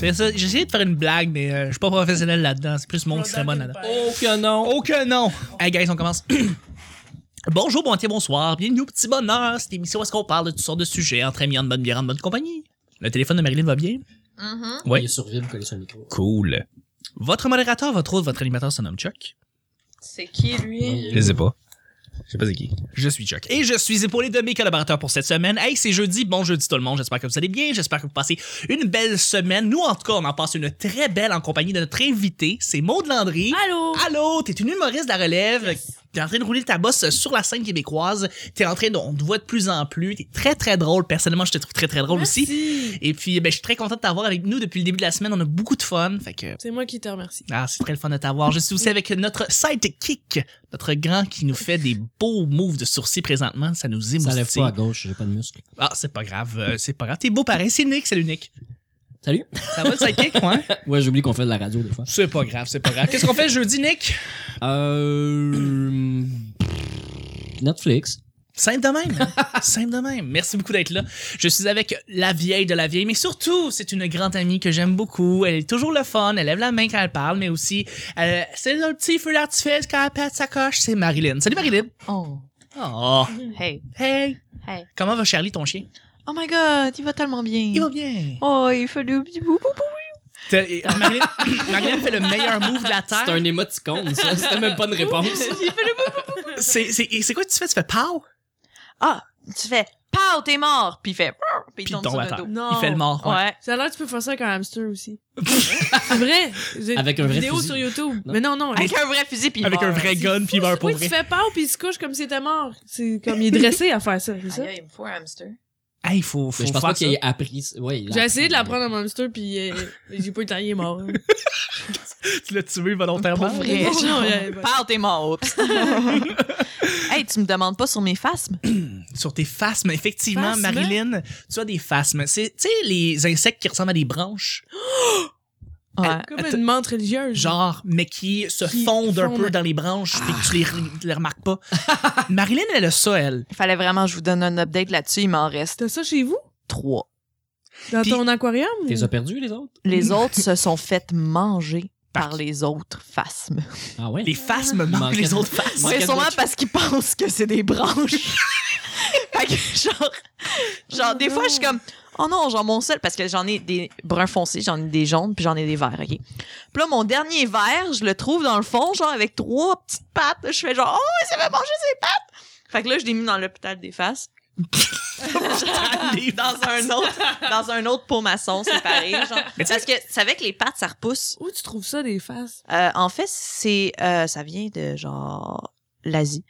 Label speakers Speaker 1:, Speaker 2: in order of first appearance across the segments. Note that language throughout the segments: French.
Speaker 1: J'ai essayé de faire une blague, mais euh, je suis pas professionnel là-dedans. C'est plus mon qui serait bon là-dedans.
Speaker 2: Oh que non!
Speaker 1: Oh que non! Hey guys, on commence. Bonjour, bon matin, bonsoir. Bienvenue au petit bonheur. C'est l'émission où est-ce qu'on parle de toutes sortes de sujets entre amis, en bonne bière, en bonne compagnie. Le téléphone de Marilyn va bien?
Speaker 3: Mhm.
Speaker 1: Oui.
Speaker 2: Il est sur vide, collé sur le micro.
Speaker 1: Cool. Votre modérateur, votre autre, votre animateur se nomme Chuck.
Speaker 3: C'est qui, lui?
Speaker 2: Il-
Speaker 1: sais pas.
Speaker 4: Je sais pas c'est qui.
Speaker 1: Je suis Chuck. Et je suis épaulé de mes collaborateurs pour cette semaine. Hey, c'est jeudi. Bon jeudi tout le monde. J'espère que vous allez bien. J'espère que vous passez une belle semaine. Nous, en tout cas, on en passe une très belle en compagnie de notre invité. C'est Maud Landry.
Speaker 3: Allô?
Speaker 1: Allô, t'es une humoriste de la relève. T'es en train de rouler ta bosse sur la scène québécoise. T'es en train de, on te voit de plus en plus. T'es très très drôle. Personnellement, je te trouve très très drôle aussi.
Speaker 5: Merci.
Speaker 1: Et puis, ben, je suis très content de t'avoir avec nous depuis le début de la semaine. On a beaucoup de fun. Fait que,
Speaker 5: C'est moi qui te remercie.
Speaker 1: ah, c'est très le fun de t'avoir. Je suis aussi avec notre sidekick, notre grand qui nous fait des beaux moves de sourcils présentement. Ça nous
Speaker 2: Ça lève pas à
Speaker 1: émoustille.
Speaker 2: gauche, j'ai pas de muscle.
Speaker 1: Ah, c'est pas grave. euh, c'est pas grave. T'es beau pareil. C'est Nick, c'est l'unique.
Speaker 2: Salut!
Speaker 1: Ça va le sidekick, ouais?
Speaker 2: Ouais, j'oublie qu'on fait de la radio des fois.
Speaker 1: C'est pas grave, c'est pas grave. Qu'est-ce qu'on fait jeudi, Nick?
Speaker 2: Euh. Netflix.
Speaker 1: Simple de même. hein. Simple de même. Merci beaucoup d'être là. Je suis avec la vieille de la vieille, mais surtout, c'est une grande amie que j'aime beaucoup. Elle est toujours le fun. Elle lève la main quand elle parle, mais aussi, euh, c'est le petit feu d'artifice quand elle pète sa coche. C'est Marilyn. Salut Marilyn.
Speaker 3: Oh.
Speaker 1: Oh.
Speaker 3: Hey.
Speaker 1: Hey.
Speaker 3: Hey.
Speaker 1: Comment va Charlie, ton chien?
Speaker 3: Oh my god, il va tellement bien.
Speaker 1: Il va bien.
Speaker 3: Oh, il fait du petit boubou.
Speaker 1: T'as- et- ah, Marilyn, Marilyn fait le meilleur move de la
Speaker 2: C'est
Speaker 1: terre.
Speaker 2: un émoticône, ça. C'était même pas une réponse.
Speaker 1: C'est c'est- et c'est quoi que tu fais? Tu fais pow?
Speaker 3: Ah, tu fais Pow, t'es mort! Puis il fait Brrr Puis il
Speaker 1: Puis
Speaker 3: tombe
Speaker 1: il tombe
Speaker 3: sur
Speaker 1: à
Speaker 3: le
Speaker 1: terre.
Speaker 3: dos.
Speaker 5: Non.
Speaker 1: Il fait le mort. ouais.
Speaker 3: Ouais.
Speaker 5: Ça a l'air que tu peux faire ça avec un hamster aussi. c'est vrai. J'ai
Speaker 2: Avec un vrai
Speaker 5: vidéo
Speaker 2: fusil.
Speaker 5: sur YouTube.
Speaker 2: Non.
Speaker 5: Mais non, non.
Speaker 3: Avec un vrai fusil, puis il
Speaker 1: Avec un
Speaker 3: meurt.
Speaker 1: vrai gun, puis il meurt pour
Speaker 5: oui, tu
Speaker 1: vrai.
Speaker 5: fais peur puis il se couche comme s'il était mort. C'est comme il est dressé à faire ça, c'est ça?
Speaker 3: Aïe, aïe, il me faut un hamster.
Speaker 1: Hey, faut, faut
Speaker 2: Mais je pense
Speaker 1: faire
Speaker 2: pas qu'il ait appris. Ouais, il a
Speaker 5: J'ai essayé de la
Speaker 2: appris.
Speaker 5: prendre à mon hamster puis euh, j'ai pas eu le temps, il est mort.
Speaker 1: ça. Tu l'as tué volontairement.
Speaker 3: Pour
Speaker 5: Non,
Speaker 3: vrai.
Speaker 5: non,
Speaker 3: genre,
Speaker 5: ouais, ouais.
Speaker 3: Pow, t'es mort. Oups. hey, tu me demandes pas sur mes phasmes?
Speaker 1: sur tes phasmes. Effectivement,
Speaker 5: Phasmes?
Speaker 1: Marilyn, tu as des phasmes. C'est, tu sais, les insectes qui ressemblent à des branches,
Speaker 3: Ouais.
Speaker 5: Comme
Speaker 1: Attends.
Speaker 5: une menthe religieuse.
Speaker 1: genre, mais qui se
Speaker 5: Qui
Speaker 1: fondent un
Speaker 5: fondent.
Speaker 1: peu dans les branches, puis que tu les, re- tu les remarques pas. Marilyn, elle a ça, elle.
Speaker 3: Il fallait vraiment que je vous donne un update là-dessus. Il m'en reste
Speaker 5: T'as ça chez vous?
Speaker 3: trois.
Speaker 5: Dans
Speaker 1: Puis-
Speaker 5: ton aquarium?
Speaker 2: T'es as perdu, les autres?
Speaker 3: Les autres se sont faites manger
Speaker 1: Par
Speaker 3: par
Speaker 1: qui?
Speaker 3: les autres phasmes.
Speaker 2: Ah ouais?
Speaker 1: Les phasmes manquent
Speaker 2: Manquait
Speaker 1: les
Speaker 2: de-
Speaker 1: autres phasmes.
Speaker 2: Manquait
Speaker 3: C'est
Speaker 2: de
Speaker 3: sûrement
Speaker 2: watch.
Speaker 3: parce qu'ils pensent que c'est des branches. fait que genre, genre
Speaker 5: Oh
Speaker 3: des fois,
Speaker 5: non.
Speaker 3: je suis comme, oh non, genre mon seul, parce que j'en ai des bruns foncés, j'en ai des jaunes, puis j'en ai des verts, OK? Puis là, mon dernier vert, je le trouve dans le fond, genre avec trois petites pattes. Je fais genre, oh, ça va manger ses pattes! Fait que là, je l'ai mis dans l'hôpital des faces.
Speaker 1: Les
Speaker 3: Dans un autre, dans un autre pot maçon, c'est pareil, genre.
Speaker 1: Mais tu sais-
Speaker 3: Parce que, tu savais que les pattes, ça repousse.
Speaker 5: Où tu trouves ça, des faces?
Speaker 3: Euh, en fait, c'est euh, ça vient de genre l'Asie.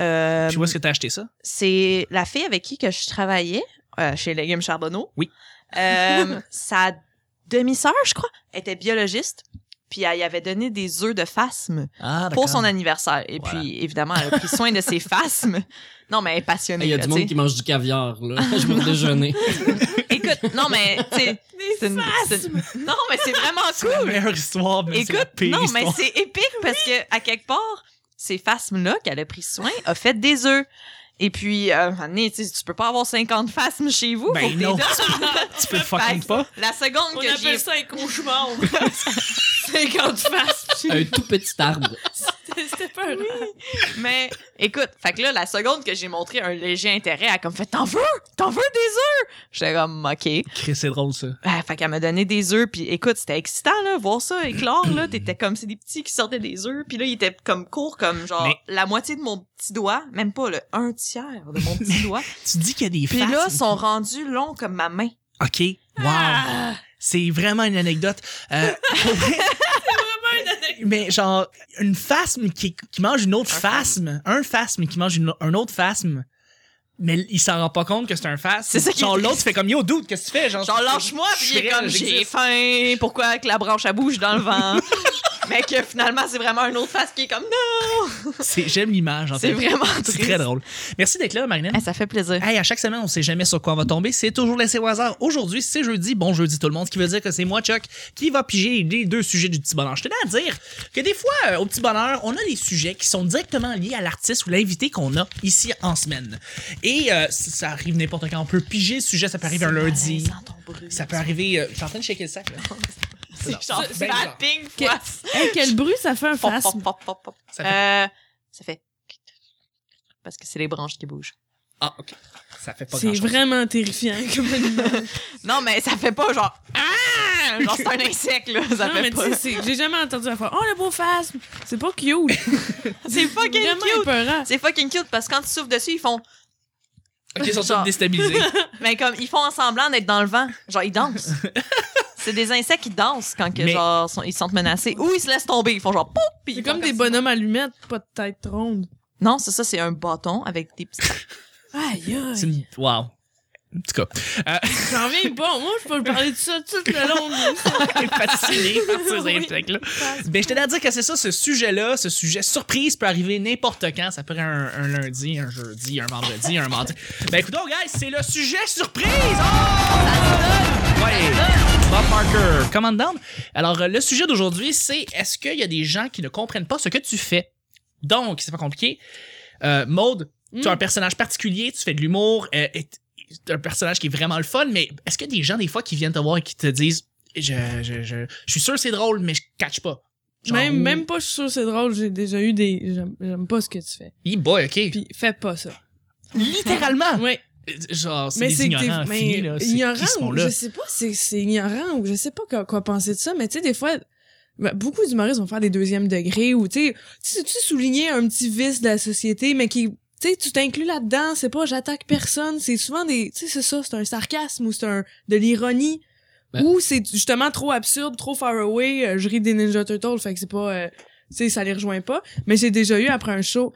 Speaker 3: Euh,
Speaker 1: Puis où est-ce que t'as acheté ça?
Speaker 3: c'est la fille avec qui que je travaillais euh, chez Légumes Charbonneau.
Speaker 1: Oui.
Speaker 3: Euh, sa demi-sœur, je crois, était biologiste. Puis elle y avait donné des œufs de phasme
Speaker 1: Ah,
Speaker 3: pour son anniversaire. Et
Speaker 1: Voilà.
Speaker 3: puis, évidemment, elle a pris soin de ses phasmes. Non, mais elle est
Speaker 2: Il
Speaker 1: Ah,
Speaker 3: passionnée.
Speaker 2: y a
Speaker 3: là,
Speaker 2: du
Speaker 3: tu sais.
Speaker 2: monde qui mange du caviar, là. Je vais déjeuner.
Speaker 3: Écoute, non, mais tu sais, c'est une- c'est une- Non, mais c'est vraiment
Speaker 1: La
Speaker 3: cool.
Speaker 1: meilleure histoire, mais c'est la
Speaker 3: Écoute,
Speaker 1: pire
Speaker 3: non, mais
Speaker 1: histoire.
Speaker 3: c'est épique parce que à quelque part, ces phasmes-là qu'elle a pris soin a fait des œufs. Et puis, euh, un moment donné, tu sais, tu peux pas avoir 50 phasmes chez vous. faut
Speaker 1: Ben
Speaker 3: que t'aies
Speaker 1: non,
Speaker 3: deux.
Speaker 1: tu peux fucking pas.
Speaker 3: La seconde que j'ai...
Speaker 5: ça un cauchemar. 50 faces.
Speaker 2: Un tout petit arbre.
Speaker 5: C'était pas un
Speaker 3: Mais écoute, fait que là, la seconde que j'ai montré un léger intérêt, elle a comme fait « T'en veux? T'en veux des œufs? » J'étais comme « OK.
Speaker 1: Chris, c'est drôle, ça. »
Speaker 3: Ah, Fait qu'elle m'a donné des œufs. Puis écoute, c'était excitant, là, voir ça éclore, là. T'étais comme... C'est des petits qui sortaient des œufs. Puis là, ils étaient comme courts, comme genre
Speaker 1: Mais-
Speaker 3: la moitié de mon petit doigt. Même pas, le un tiers de mon petit doigt.
Speaker 1: Tu dis qu'il y a des
Speaker 3: Puis
Speaker 1: phasmes.
Speaker 3: là, sont rendus longs comme ma main.
Speaker 1: OK. Wow.
Speaker 3: Ah!
Speaker 1: C'est vraiment une anecdote. Euh, pour vrai- Mais genre, une phasme qui, qui mange une autre
Speaker 3: Un
Speaker 1: phasme. Un phasme qui mange une- un autre phasme. Mais il s'en rend pas compte que c'est un phasme.
Speaker 3: C'est ça qui est
Speaker 1: Genre,
Speaker 3: triste.
Speaker 1: l'autre fait comme yo, dude, qu'est-ce que tu fais? Genre,
Speaker 3: Genre, lâche-moi,
Speaker 1: je
Speaker 3: puis
Speaker 1: suis
Speaker 3: il est
Speaker 1: réel,
Speaker 3: comme, j'ai
Speaker 1: j'existe.
Speaker 3: faim, pourquoi que la branche à bouge dans le vent? mais que finalement, c'est vraiment une autre face qui est comme non.
Speaker 1: C'est- J'aime l'image, en
Speaker 3: C'est
Speaker 1: fait.
Speaker 3: vraiment
Speaker 1: C'est
Speaker 3: triste.
Speaker 1: très drôle. Merci d'être là, Marilyn.
Speaker 3: Eh, ça fait plaisir.
Speaker 1: Hey, à chaque semaine, on sait jamais sur quoi on va tomber. C'est toujours laissé au hasard. Aujourd'hui, c'est jeudi. Bon jeudi tout le monde, ce qui veut dire que c'est moi, Chuck, qui va piger les deux sujets du petit bonheur. Je tenais à dire que des fois, euh, au petit bonheur, on a des sujets qui sont directement liés à l'artiste ou l'invité qu'on a ici en semaine. Et euh, ça ça arrive n'importe quand. On peut piger le sujet, ça peut arriver un lundi.
Speaker 3: malaisant, Ah, ton bruit.
Speaker 1: Ça peut arriver. euh, je suis en train de shaker le sac. là.
Speaker 3: C'est genre
Speaker 1: C'est bizarre.
Speaker 3: slapping
Speaker 5: Que-
Speaker 3: face.
Speaker 5: Hey, quel bruit ça fait un
Speaker 3: Pop, pop,
Speaker 5: phasme.
Speaker 3: pop, pop, pop.
Speaker 1: Ça fait,
Speaker 3: Euh, ça fait. Parce que c'est les branches qui bougent.
Speaker 1: ah, ok. Ça fait pas
Speaker 5: C'est
Speaker 1: grand chose.
Speaker 5: vraiment terrifiant comme animal.
Speaker 3: Non, mais ça fait pas genre. Ah! Genre, c'est un insecte, là. Ça
Speaker 5: non,
Speaker 3: fait
Speaker 5: mais
Speaker 3: pas.
Speaker 5: tu sais, c'est- j'ai jamais entendu la fois. Oh, le beau phasme! C'est pas cute!
Speaker 3: C'est fucking
Speaker 5: vraiment
Speaker 3: cute.
Speaker 5: épeurant.
Speaker 3: C'est fucking cute parce que quand tu souffles dessus, ils font.
Speaker 1: Ok, ils sont tous
Speaker 3: Genre-
Speaker 1: déstabilisés.
Speaker 3: Mais comme, ils font en semblant d'être dans le vent. Genre, ils dansent. c'est des insectes qui dansent quand que,
Speaker 1: Mais-
Speaker 3: genre, sont- ils se sentent menacés. Ou ils se laissent tomber. Ils font genre. Pouf! Puis
Speaker 5: C'est
Speaker 3: ils
Speaker 5: comme
Speaker 3: font
Speaker 5: des bonhommes allumettes, pas de tête ronde.
Speaker 3: Non, c'est ça, c'est un bâton avec des petits.
Speaker 5: Aïe,
Speaker 1: C'est
Speaker 5: aïe.
Speaker 1: une... Wow. En tout cas,
Speaker 5: J'en viens pas. Moi, je peux parler de ça tout le long. de-
Speaker 1: fasciné par ces
Speaker 5: Oui.
Speaker 1: insectes-là. Ben, je tenais à dire que c'est ça, ce sujet-là, ce sujet surprise peut arriver n'importe quand. Ça peut être un, un lundi, un jeudi, un vendredi, un mardi. Ben, écoute donc, guys, c'est le sujet surprise! Oh! Ouais. Bob Parker, comment down. Alors, euh, le sujet d'aujourd'hui, c'est est-ce qu'il y a des gens qui ne comprennent pas ce que tu fais? Donc, c'est pas compliqué. Euh, Maude, tu as un
Speaker 5: Mm.
Speaker 1: personnage particulier, tu fais de l'humour, euh, et t- t'as un personnage qui est vraiment le fun, mais est-ce que des gens, des fois, qui viennent te voir et qui te disent Je, je, je, je suis sûr que c'est drôle, mais je catch pas. Genre,
Speaker 5: Même,
Speaker 1: ou-
Speaker 5: même pas, je suis sûre, c'est drôle. J'ai déjà eu des. J'aime j'aime pas ce que tu fais.
Speaker 1: Hey boy, ok.
Speaker 5: Puis fais pas ça.
Speaker 1: littéralement.
Speaker 5: Ouais.
Speaker 1: Euh, Genre, c'est des
Speaker 5: que t'es-
Speaker 1: ignorants
Speaker 5: mais
Speaker 1: finis, là. C'est
Speaker 5: ignorant
Speaker 1: qui ce
Speaker 5: ou-
Speaker 1: monde-là?
Speaker 5: je sais pas, c'est, c'est ignorant ou je sais pas quoi, quoi penser de ça, mais tu sais, des fois, ben, beaucoup d'humoristes vont faire des deuxièmes degrés ou tu sais, tu sais, tu soulignais un petit vice de la société, mais qui, tu sais, tu t'inclus là-dedans, c'est pas j'attaque personne, c'est souvent des, tu sais, c'est ça, c'est un sarcasme ou c'est un, de l'ironie.
Speaker 2: Ben-
Speaker 5: Ou c'est justement trop absurde, trop far away, euh, je ris des Ninja Turtles, fait que c'est pas, euh, tu sais, ça les rejoint pas. Mais j'ai déjà eu après un show,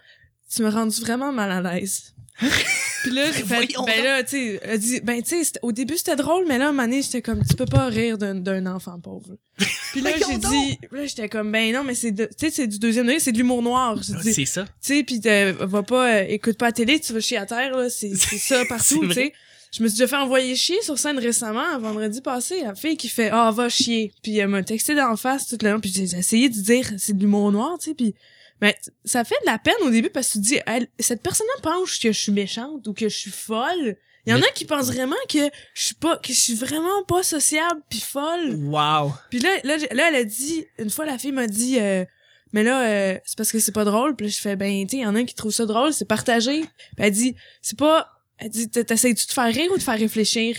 Speaker 5: tu m'as rendu vraiment mal à l'aise. Puis là, j'ai fait,
Speaker 1: Voyons
Speaker 5: ben là, tu sais, elle dit, ben tu sais, c'était- au début c'était drôle, mais là, à un moment donné, j'étais comme, tu peux pas rire d'un- d'un enfant pauvre. Puis là,
Speaker 1: Voyons
Speaker 5: j'ai
Speaker 1: donc.
Speaker 5: dit, là, j'étais comme, ben non, mais c'est, de- tu sais, c'est du deuxième degré, c'est de l'humour noir. J'ai dit,
Speaker 1: C'est ça.
Speaker 5: tu sais, puis euh, va pas, euh, écoute pas la télé, tu vas chier à terre, là, c'est c'est ça
Speaker 1: C'est
Speaker 5: partout,
Speaker 1: vrai.
Speaker 5: tu sais. Je me suis déjà fait envoyer chier sur scène récemment, vendredi passé, la fille qui fait « Ah, va chier », puis elle m'a texté d'en face tout le long, puis j'ai j'ai essayé de dire « C'est de l'humour noir », tu sais, puis... Mais t- ça fait de la peine au début parce que tu te dis Hey, Cette personne-là pense que je suis méchante ou que je suis folle ». Il y en
Speaker 2: Mais-
Speaker 5: a qui pensent vraiment que je suis pas que je suis vraiment pas sociable puis folle.
Speaker 1: Wow.
Speaker 5: Puis là, là, j'ai- là, elle a dit, une fois, la fille m'a dit, euh, mais là, euh, c'est parce que c'est pas drôle. Puis là, je fais, ben, tu sais, il y en a un qui trouve ça drôle, c'est partagé. Puis elle dit, c'est pas, elle dit, T- t'essayes-tu de faire rire ou de faire réfléchir?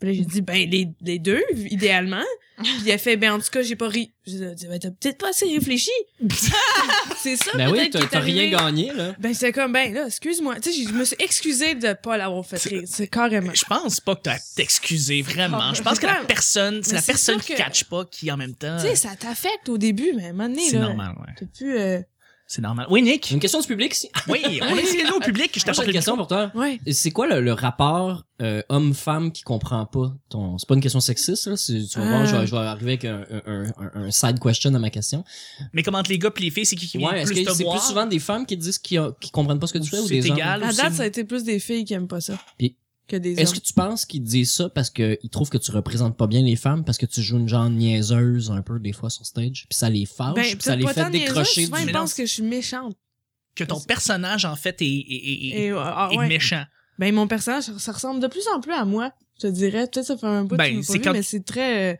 Speaker 5: Puis là, j'ai dit, ben, les, les deux, idéalement. Puis elle fait, ben, en tout cas, j'ai pas ri. J'ai dit, ben, t'as peut-être pas assez réfléchi. c'est ça,
Speaker 2: Ben oui,
Speaker 5: peut-être
Speaker 2: t'as
Speaker 5: qui est
Speaker 2: t'as rien
Speaker 5: arrivé.
Speaker 2: gagné, là.
Speaker 5: Ben, j'étais comme, ben, là, excuse-moi. Tu sais, je me suis excusée de pas l'avoir fait rire. C'est carrément.
Speaker 1: Je pense pas que t'as à t'excuser, vraiment. Je pense que la
Speaker 5: Mais
Speaker 1: personne, c'est la
Speaker 5: c'est
Speaker 1: personne
Speaker 5: sûr
Speaker 1: qui
Speaker 5: que-
Speaker 1: catch pas qui, en même temps...
Speaker 5: Tu sais, ça t'affecte au début, mais à un moment donné,
Speaker 1: C'est
Speaker 5: là.
Speaker 1: normal, ouais.
Speaker 5: T'as plus, euh,
Speaker 1: C'est normal. Oui, Nick?
Speaker 2: Une question du public, si.
Speaker 1: Oui, on est ici, là, au public. Je
Speaker 2: Moi, j'ai
Speaker 1: t'apporte
Speaker 2: une
Speaker 1: le
Speaker 2: question
Speaker 1: micro.
Speaker 2: pour toi.
Speaker 5: ouais.
Speaker 2: Et C'est quoi le, le rapport euh, homme-femme qui comprend pas ton... C'est pas une question sexiste, là. c'est- Tu vas voir,
Speaker 5: Ah.
Speaker 2: je vais, je vais arriver avec un, un, un- un side question à ma question.
Speaker 1: Mais comment entre les gars puis les filles, c'est qui qui vient
Speaker 2: Ouais, est-ce
Speaker 1: plus
Speaker 2: que
Speaker 1: te
Speaker 2: c'est
Speaker 1: voir?
Speaker 2: plus souvent des femmes qui disent qu'ils ont- qu'ils comprennent pas ce que tu fais ou
Speaker 1: C'est
Speaker 2: des
Speaker 1: égal.
Speaker 2: hommes?
Speaker 5: À
Speaker 1: Ou
Speaker 5: date,
Speaker 1: c'est-
Speaker 5: ça a été plus des filles qui aiment pas ça
Speaker 2: Puis,
Speaker 5: que des
Speaker 2: Est-ce
Speaker 5: hommes.
Speaker 2: que tu penses qu'ils disent ça parce qu'ils trouvent que tu représentes pas bien les femmes, parce que tu joues une genre niaiseuse un peu des fois sur stage, puis ça les fâche,
Speaker 5: Ben,
Speaker 2: puis ça
Speaker 5: peut-être
Speaker 2: les
Speaker 5: pas
Speaker 2: fait
Speaker 5: tant niaiseux,
Speaker 2: décrocher
Speaker 5: souvent,
Speaker 2: du...
Speaker 5: ils
Speaker 1: mélange.
Speaker 5: pensent que je suis méchante.
Speaker 1: Que ton personnage, en fait, est, est- est-
Speaker 5: Et, euh, ah,
Speaker 1: est
Speaker 5: ouais.
Speaker 1: méchant.
Speaker 5: Ben, mon personnage, ça- ça ressemble de plus en plus à moi. Je te dirais, peut-être ça fait un bout
Speaker 1: Ben,
Speaker 5: que je l'ai
Speaker 1: c'est
Speaker 5: pas vu,
Speaker 1: quand-
Speaker 5: mais c'est très... euh,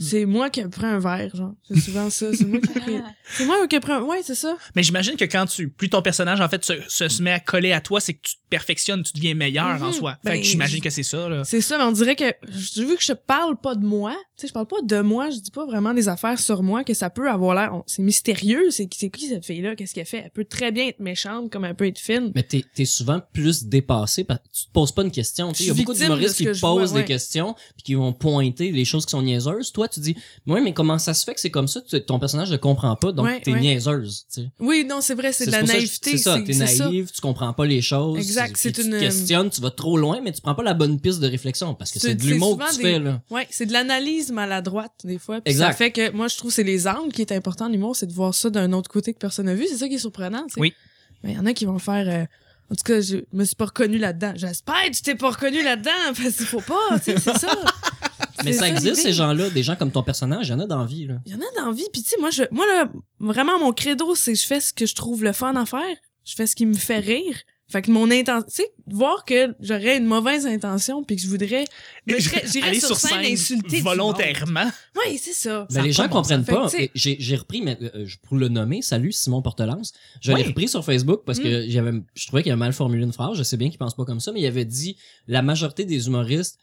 Speaker 5: c'est moi qui ai pris un verre, genre. C'est souvent ça. C'est moi qui
Speaker 3: Ah.
Speaker 5: ai pris... C'est moi qui ai pris un... Ouais, c'est ça.
Speaker 1: Mais j'imagine que quand tu, plus ton personnage, en fait, se, se, se met à coller à toi, c'est que tu te perfectionnes, tu deviens meilleur en
Speaker 5: Mhm.
Speaker 1: soi.
Speaker 5: Ben,
Speaker 1: fait que j'imagine que c'est ça, là.
Speaker 5: C'est ça, mais on dirait que... je- Vu que je parle pas de moi, tu sais, je parle pas de moi, je dis pas vraiment des affaires sur moi, que ça peut avoir l'air... on- C'est mystérieux, c'est c'est qui cette fille-là? Qu'est-ce qu'elle fait? Elle peut très bien être méchante comme elle peut être fine.
Speaker 2: Mais t'es es souvent plus dépassé parce que tu te poses pas une question. tu sais. Il y a
Speaker 5: Je suis
Speaker 2: beaucoup
Speaker 5: victime de
Speaker 2: d'humoristes
Speaker 5: ce
Speaker 2: qui posent
Speaker 5: que je vois,
Speaker 2: des
Speaker 5: ouais.
Speaker 2: questions puis qui vont pointer les choses qui sont niaiseuses. Toi, fois, tu dis, ouais, mais comment ça se fait que c'est comme ça? Tu- ton personnage ne comprend pas, donc
Speaker 5: Ouais,
Speaker 2: t'es
Speaker 5: ouais.
Speaker 2: niaiseuse, tu sais.
Speaker 5: Oui, non, c'est vrai, c'est de
Speaker 2: pour
Speaker 5: la
Speaker 2: ça que je-
Speaker 5: naïveté.
Speaker 2: C'est ça, t'es
Speaker 5: c'est ça.
Speaker 2: naïve, tu comprends pas les choses.
Speaker 5: Exact,
Speaker 2: puis
Speaker 5: c'est
Speaker 2: tu
Speaker 5: une-
Speaker 2: te questionnes, tu vas trop loin, mais tu prends pas la bonne piste de réflexion parce que
Speaker 5: C'est-
Speaker 2: c'est de
Speaker 5: c'est
Speaker 2: l'humour
Speaker 5: souvent
Speaker 2: que tu
Speaker 5: des-
Speaker 2: fais, là.
Speaker 5: Ouais, c'est de l'analyse maladroite des fois. Puis
Speaker 2: Exact.
Speaker 5: Ça fait que moi je trouve que c'est les angles qui est important en humour, c'est de voir ça d'un autre côté que personne n'a vu. C'est ça qui est surprenant. tu sais.
Speaker 1: Oui.
Speaker 5: Mais il y en a qui vont faire. euh, en tout cas, je me suis pas reconnue là-dedans. J'espère que tu t'es pas reconnue là-dedans parce qu'il faut pas. tu sais, C'est ça.
Speaker 2: Mais
Speaker 5: C'est
Speaker 2: ça existe,
Speaker 5: l'idée.
Speaker 2: ces gens-là, des gens comme ton personnage, il y en a dans la vie, là.
Speaker 5: Il y en a d'envie. Puis tu sais, moi, je, moi là, vraiment, mon credo, c'est je fais ce que je trouve le fun à faire. Je fais ce qui me fait rire. Fait que mon intention, tu sais, voir que j'aurais une mauvaise intention puis que je voudrais, mais je serais- j'irais
Speaker 1: Aller
Speaker 5: sur, scène, insulter.
Speaker 1: volontairement.
Speaker 5: Oui, c'est ça.
Speaker 2: Ben,
Speaker 5: Ça
Speaker 2: les
Speaker 5: a
Speaker 2: gens
Speaker 5: pas de bon sens.
Speaker 2: comprennent
Speaker 5: Fait que,
Speaker 2: pas.
Speaker 5: tu sais,
Speaker 2: Et J'ai j'ai repris, mais euh, je- pour le nommer, salut Simon Portelance. Je l'ai
Speaker 1: Oui.
Speaker 2: repris sur Facebook parce que
Speaker 5: Hmm.
Speaker 2: j'avais, je trouvais qu'il avait mal formulé une phrase. Je sais bien qu'il pense pas comme ça, mais il avait dit la majorité des humoristes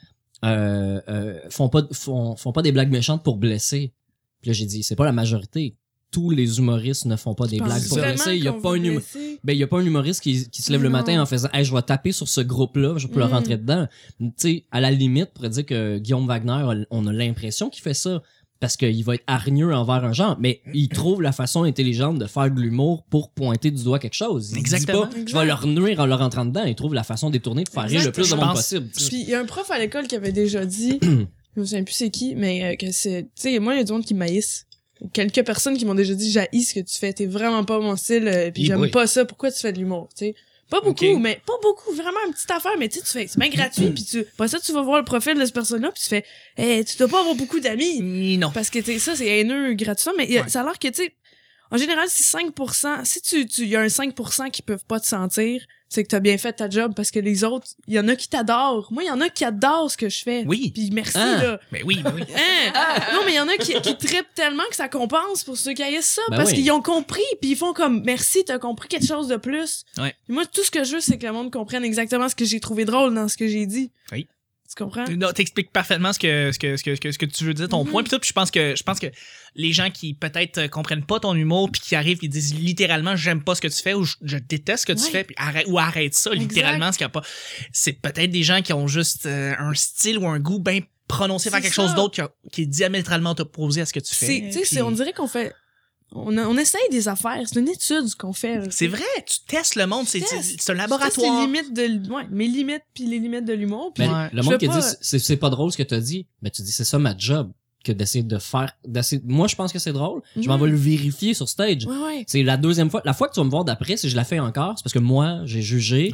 Speaker 2: euh, euh, font pas font, font pas des blagues méchantes pour blesser. Puis là j'ai dit c'est pas la majorité. Tous les humoristes ne font pas des
Speaker 5: Je pense
Speaker 2: blagues pour
Speaker 5: vraiment
Speaker 2: blesser. Il y a
Speaker 5: qu'on
Speaker 2: pas
Speaker 5: veut
Speaker 2: un humo-
Speaker 5: blesser.
Speaker 2: ben, il y a pas un humoriste qui, qui se lève le
Speaker 5: Non.
Speaker 2: matin en faisant hey, je vais taper sur ce groupe-là, je peux leur
Speaker 5: Mm.
Speaker 2: rentrer dedans. Tu sais, à la limite, on pourrait dire que Guillaume Wagner, on a l'impression qu'il fait ça parce qu'il va être hargneux envers un genre, mais
Speaker 5: Mm.
Speaker 2: il trouve la façon intelligente de faire de l'humour pour pointer du doigt quelque chose. Il
Speaker 1: Exactement.
Speaker 2: dit pas je
Speaker 5: Exact.
Speaker 2: vais leur nuire en leur entrant dedans, il trouve la façon détournée de faire rire le
Speaker 5: Exact.
Speaker 2: plus de
Speaker 1: Je
Speaker 2: monde
Speaker 1: pense-
Speaker 2: possible. tu sais.
Speaker 5: Puis il y a un prof à l'école qui avait déjà dit, je me souviens plus c'est qui, mais euh, que c'est, tu sais, moi il y a du monde qui m'haïssent. Quelques personnes qui m'ont déjà dit j'haïs ce que tu fais, t'es vraiment pas mon style, euh, puis
Speaker 2: Eh
Speaker 5: j'aime
Speaker 2: boy.
Speaker 5: pas ça, pourquoi tu fais de l'humour, tu sais. Pas beaucoup,
Speaker 1: Ok.
Speaker 5: mais pas beaucoup, vraiment une petite affaire, mais tu sais, tu fais, c'est bien gratuit, puis tu, pas ça, tu vas voir le profil de cette personne-là, puis tu fais, Eh, tu dois pas avoir beaucoup d'amis.
Speaker 1: Ni Non.
Speaker 5: Parce que tu sais, ça, c'est haineux gratuitement, mais il y a-
Speaker 1: Ouais.
Speaker 5: ça a l'air que, tu sais, en général, si 5%, si tu, tu, il y a un 5% qui peuvent pas te sentir, c'est que t'as bien fait ta job parce que les autres, il y en a qui t'adorent. Moi, il y en a qui adorent ce que je fais.
Speaker 1: Oui.
Speaker 5: Puis merci,
Speaker 2: Ah.
Speaker 5: là.
Speaker 1: Mais oui, mais oui.
Speaker 5: Hein? Non, mais il y en a qui, qui trippent tellement que ça compense pour ceux qui haïssent ça
Speaker 2: Ben
Speaker 5: parce
Speaker 2: oui.
Speaker 5: qu'ils ont compris puis ils font comme merci, t'as compris quelque chose de plus.
Speaker 1: Ouais.
Speaker 5: Puis moi, tout ce que je veux, c'est que le monde comprenne exactement ce que j'ai trouvé drôle dans ce que j'ai dit.
Speaker 1: Oui.
Speaker 5: Tu comprends?
Speaker 1: Non, t'expliques parfaitement ce que, ce, que, ce, que, ce que- ce que tu veux dire, ton
Speaker 5: Mhm.
Speaker 1: point. Puis tout, puis je pense que je pense que les gens qui peut-être euh, comprennent pas ton humour, puis qui arrivent, qui disent littéralement j'aime pas ce que tu fais ou je, je déteste ce que tu
Speaker 5: Ouais.
Speaker 1: fais, puis arrête, ou arrête ça,
Speaker 5: Exact.
Speaker 1: littéralement ce qu'il y a pas. C'est peut-être des gens qui ont juste euh, un style ou un goût bien prononcé vers
Speaker 5: C'est
Speaker 1: quelque
Speaker 5: ça.
Speaker 1: chose d'autre qui, a- qui est diamétralement opposé à ce que tu fais.
Speaker 5: C'est, tu sais,
Speaker 1: Puis-
Speaker 5: c'est- on dirait qu'on fait, on, a- on essaye des affaires. C'est une étude ce qu'on fait. là.
Speaker 1: C'est vrai, tu testes le monde, c'est
Speaker 5: testes.
Speaker 1: c'est- c'est un
Speaker 5: Tu testes les
Speaker 1: laboratoire.
Speaker 5: limites de, l- ouais, mes limites puis les limites de l'humour. Puis
Speaker 2: Mais
Speaker 1: Ouais.
Speaker 2: le
Speaker 5: Je
Speaker 2: monde
Speaker 5: veux
Speaker 2: qui
Speaker 5: pas-
Speaker 2: dit c'est c'est pas drôle ce que t'as dit, mais tu dis c'est ça ma job que d'essayer de faire d'essayer moi je pense que c'est drôle, je m'en
Speaker 5: Mhm.
Speaker 2: vais le vérifier sur stage.
Speaker 5: Ouais, ouais.
Speaker 2: C'est la deuxième fois. La fois que tu vas me voir d'après, si je la fais encore, c'est parce que moi, j'ai jugé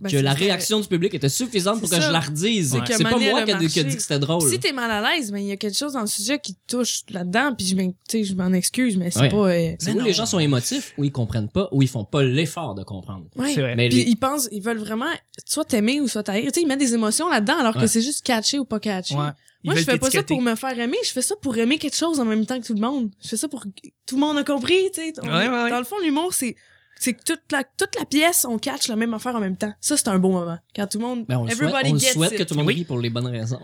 Speaker 5: Ben,
Speaker 2: que
Speaker 5: c'est
Speaker 2: la
Speaker 5: vrai.
Speaker 2: réaction du public était suffisante pour
Speaker 5: C'est
Speaker 2: que
Speaker 5: ça.
Speaker 2: je la redise.
Speaker 1: Ouais.
Speaker 2: C'est
Speaker 5: Que
Speaker 2: pas
Speaker 5: Manet
Speaker 2: moi
Speaker 5: le
Speaker 2: qui a dit qui a
Speaker 5: marché.
Speaker 2: dit que c'était drôle.
Speaker 5: Si t'es mal à l'aise, mais il y a quelque chose dans le sujet qui te touche là-dedans, puis je m'en, tu sais, je m'en excuse, mais c'est
Speaker 2: Ouais.
Speaker 5: pas. euh,
Speaker 2: C'est
Speaker 1: Mais
Speaker 2: où
Speaker 1: non.
Speaker 2: les gens sont émotifs, où ils comprennent pas, où ils font pas l'effort de comprendre.
Speaker 5: ouais.
Speaker 1: C'est vrai.
Speaker 2: Mais
Speaker 5: Puis
Speaker 2: les-
Speaker 5: ils pensent, ils veulent vraiment soit t'aimer ou soit t'haïr. Tu sais, ils mettent des émotions là-dedans alors
Speaker 2: Ouais.
Speaker 5: que c'est juste catché ou pas catché.
Speaker 1: Ouais. Ils
Speaker 5: Moi, je
Speaker 1: veulent
Speaker 5: fais pas ça
Speaker 1: t'étiqueter.
Speaker 5: pour me faire aimer, je fais ça pour aimer quelque chose en même temps que tout le monde. Je fais ça pour tout le monde a compris, tu sais. On-
Speaker 1: Ouais, ouais, ouais.
Speaker 5: Dans le fond, l'humour c'est c'est que toute la toute la pièce on catch la même affaire en même temps. Ça c'est un beau moment quand tout le monde
Speaker 2: Ben, on le souhaite,
Speaker 5: everybody
Speaker 2: on le
Speaker 5: gets
Speaker 2: souhaite
Speaker 5: it.
Speaker 2: que tout le monde
Speaker 1: Oui.
Speaker 2: rit pour les bonnes raisons.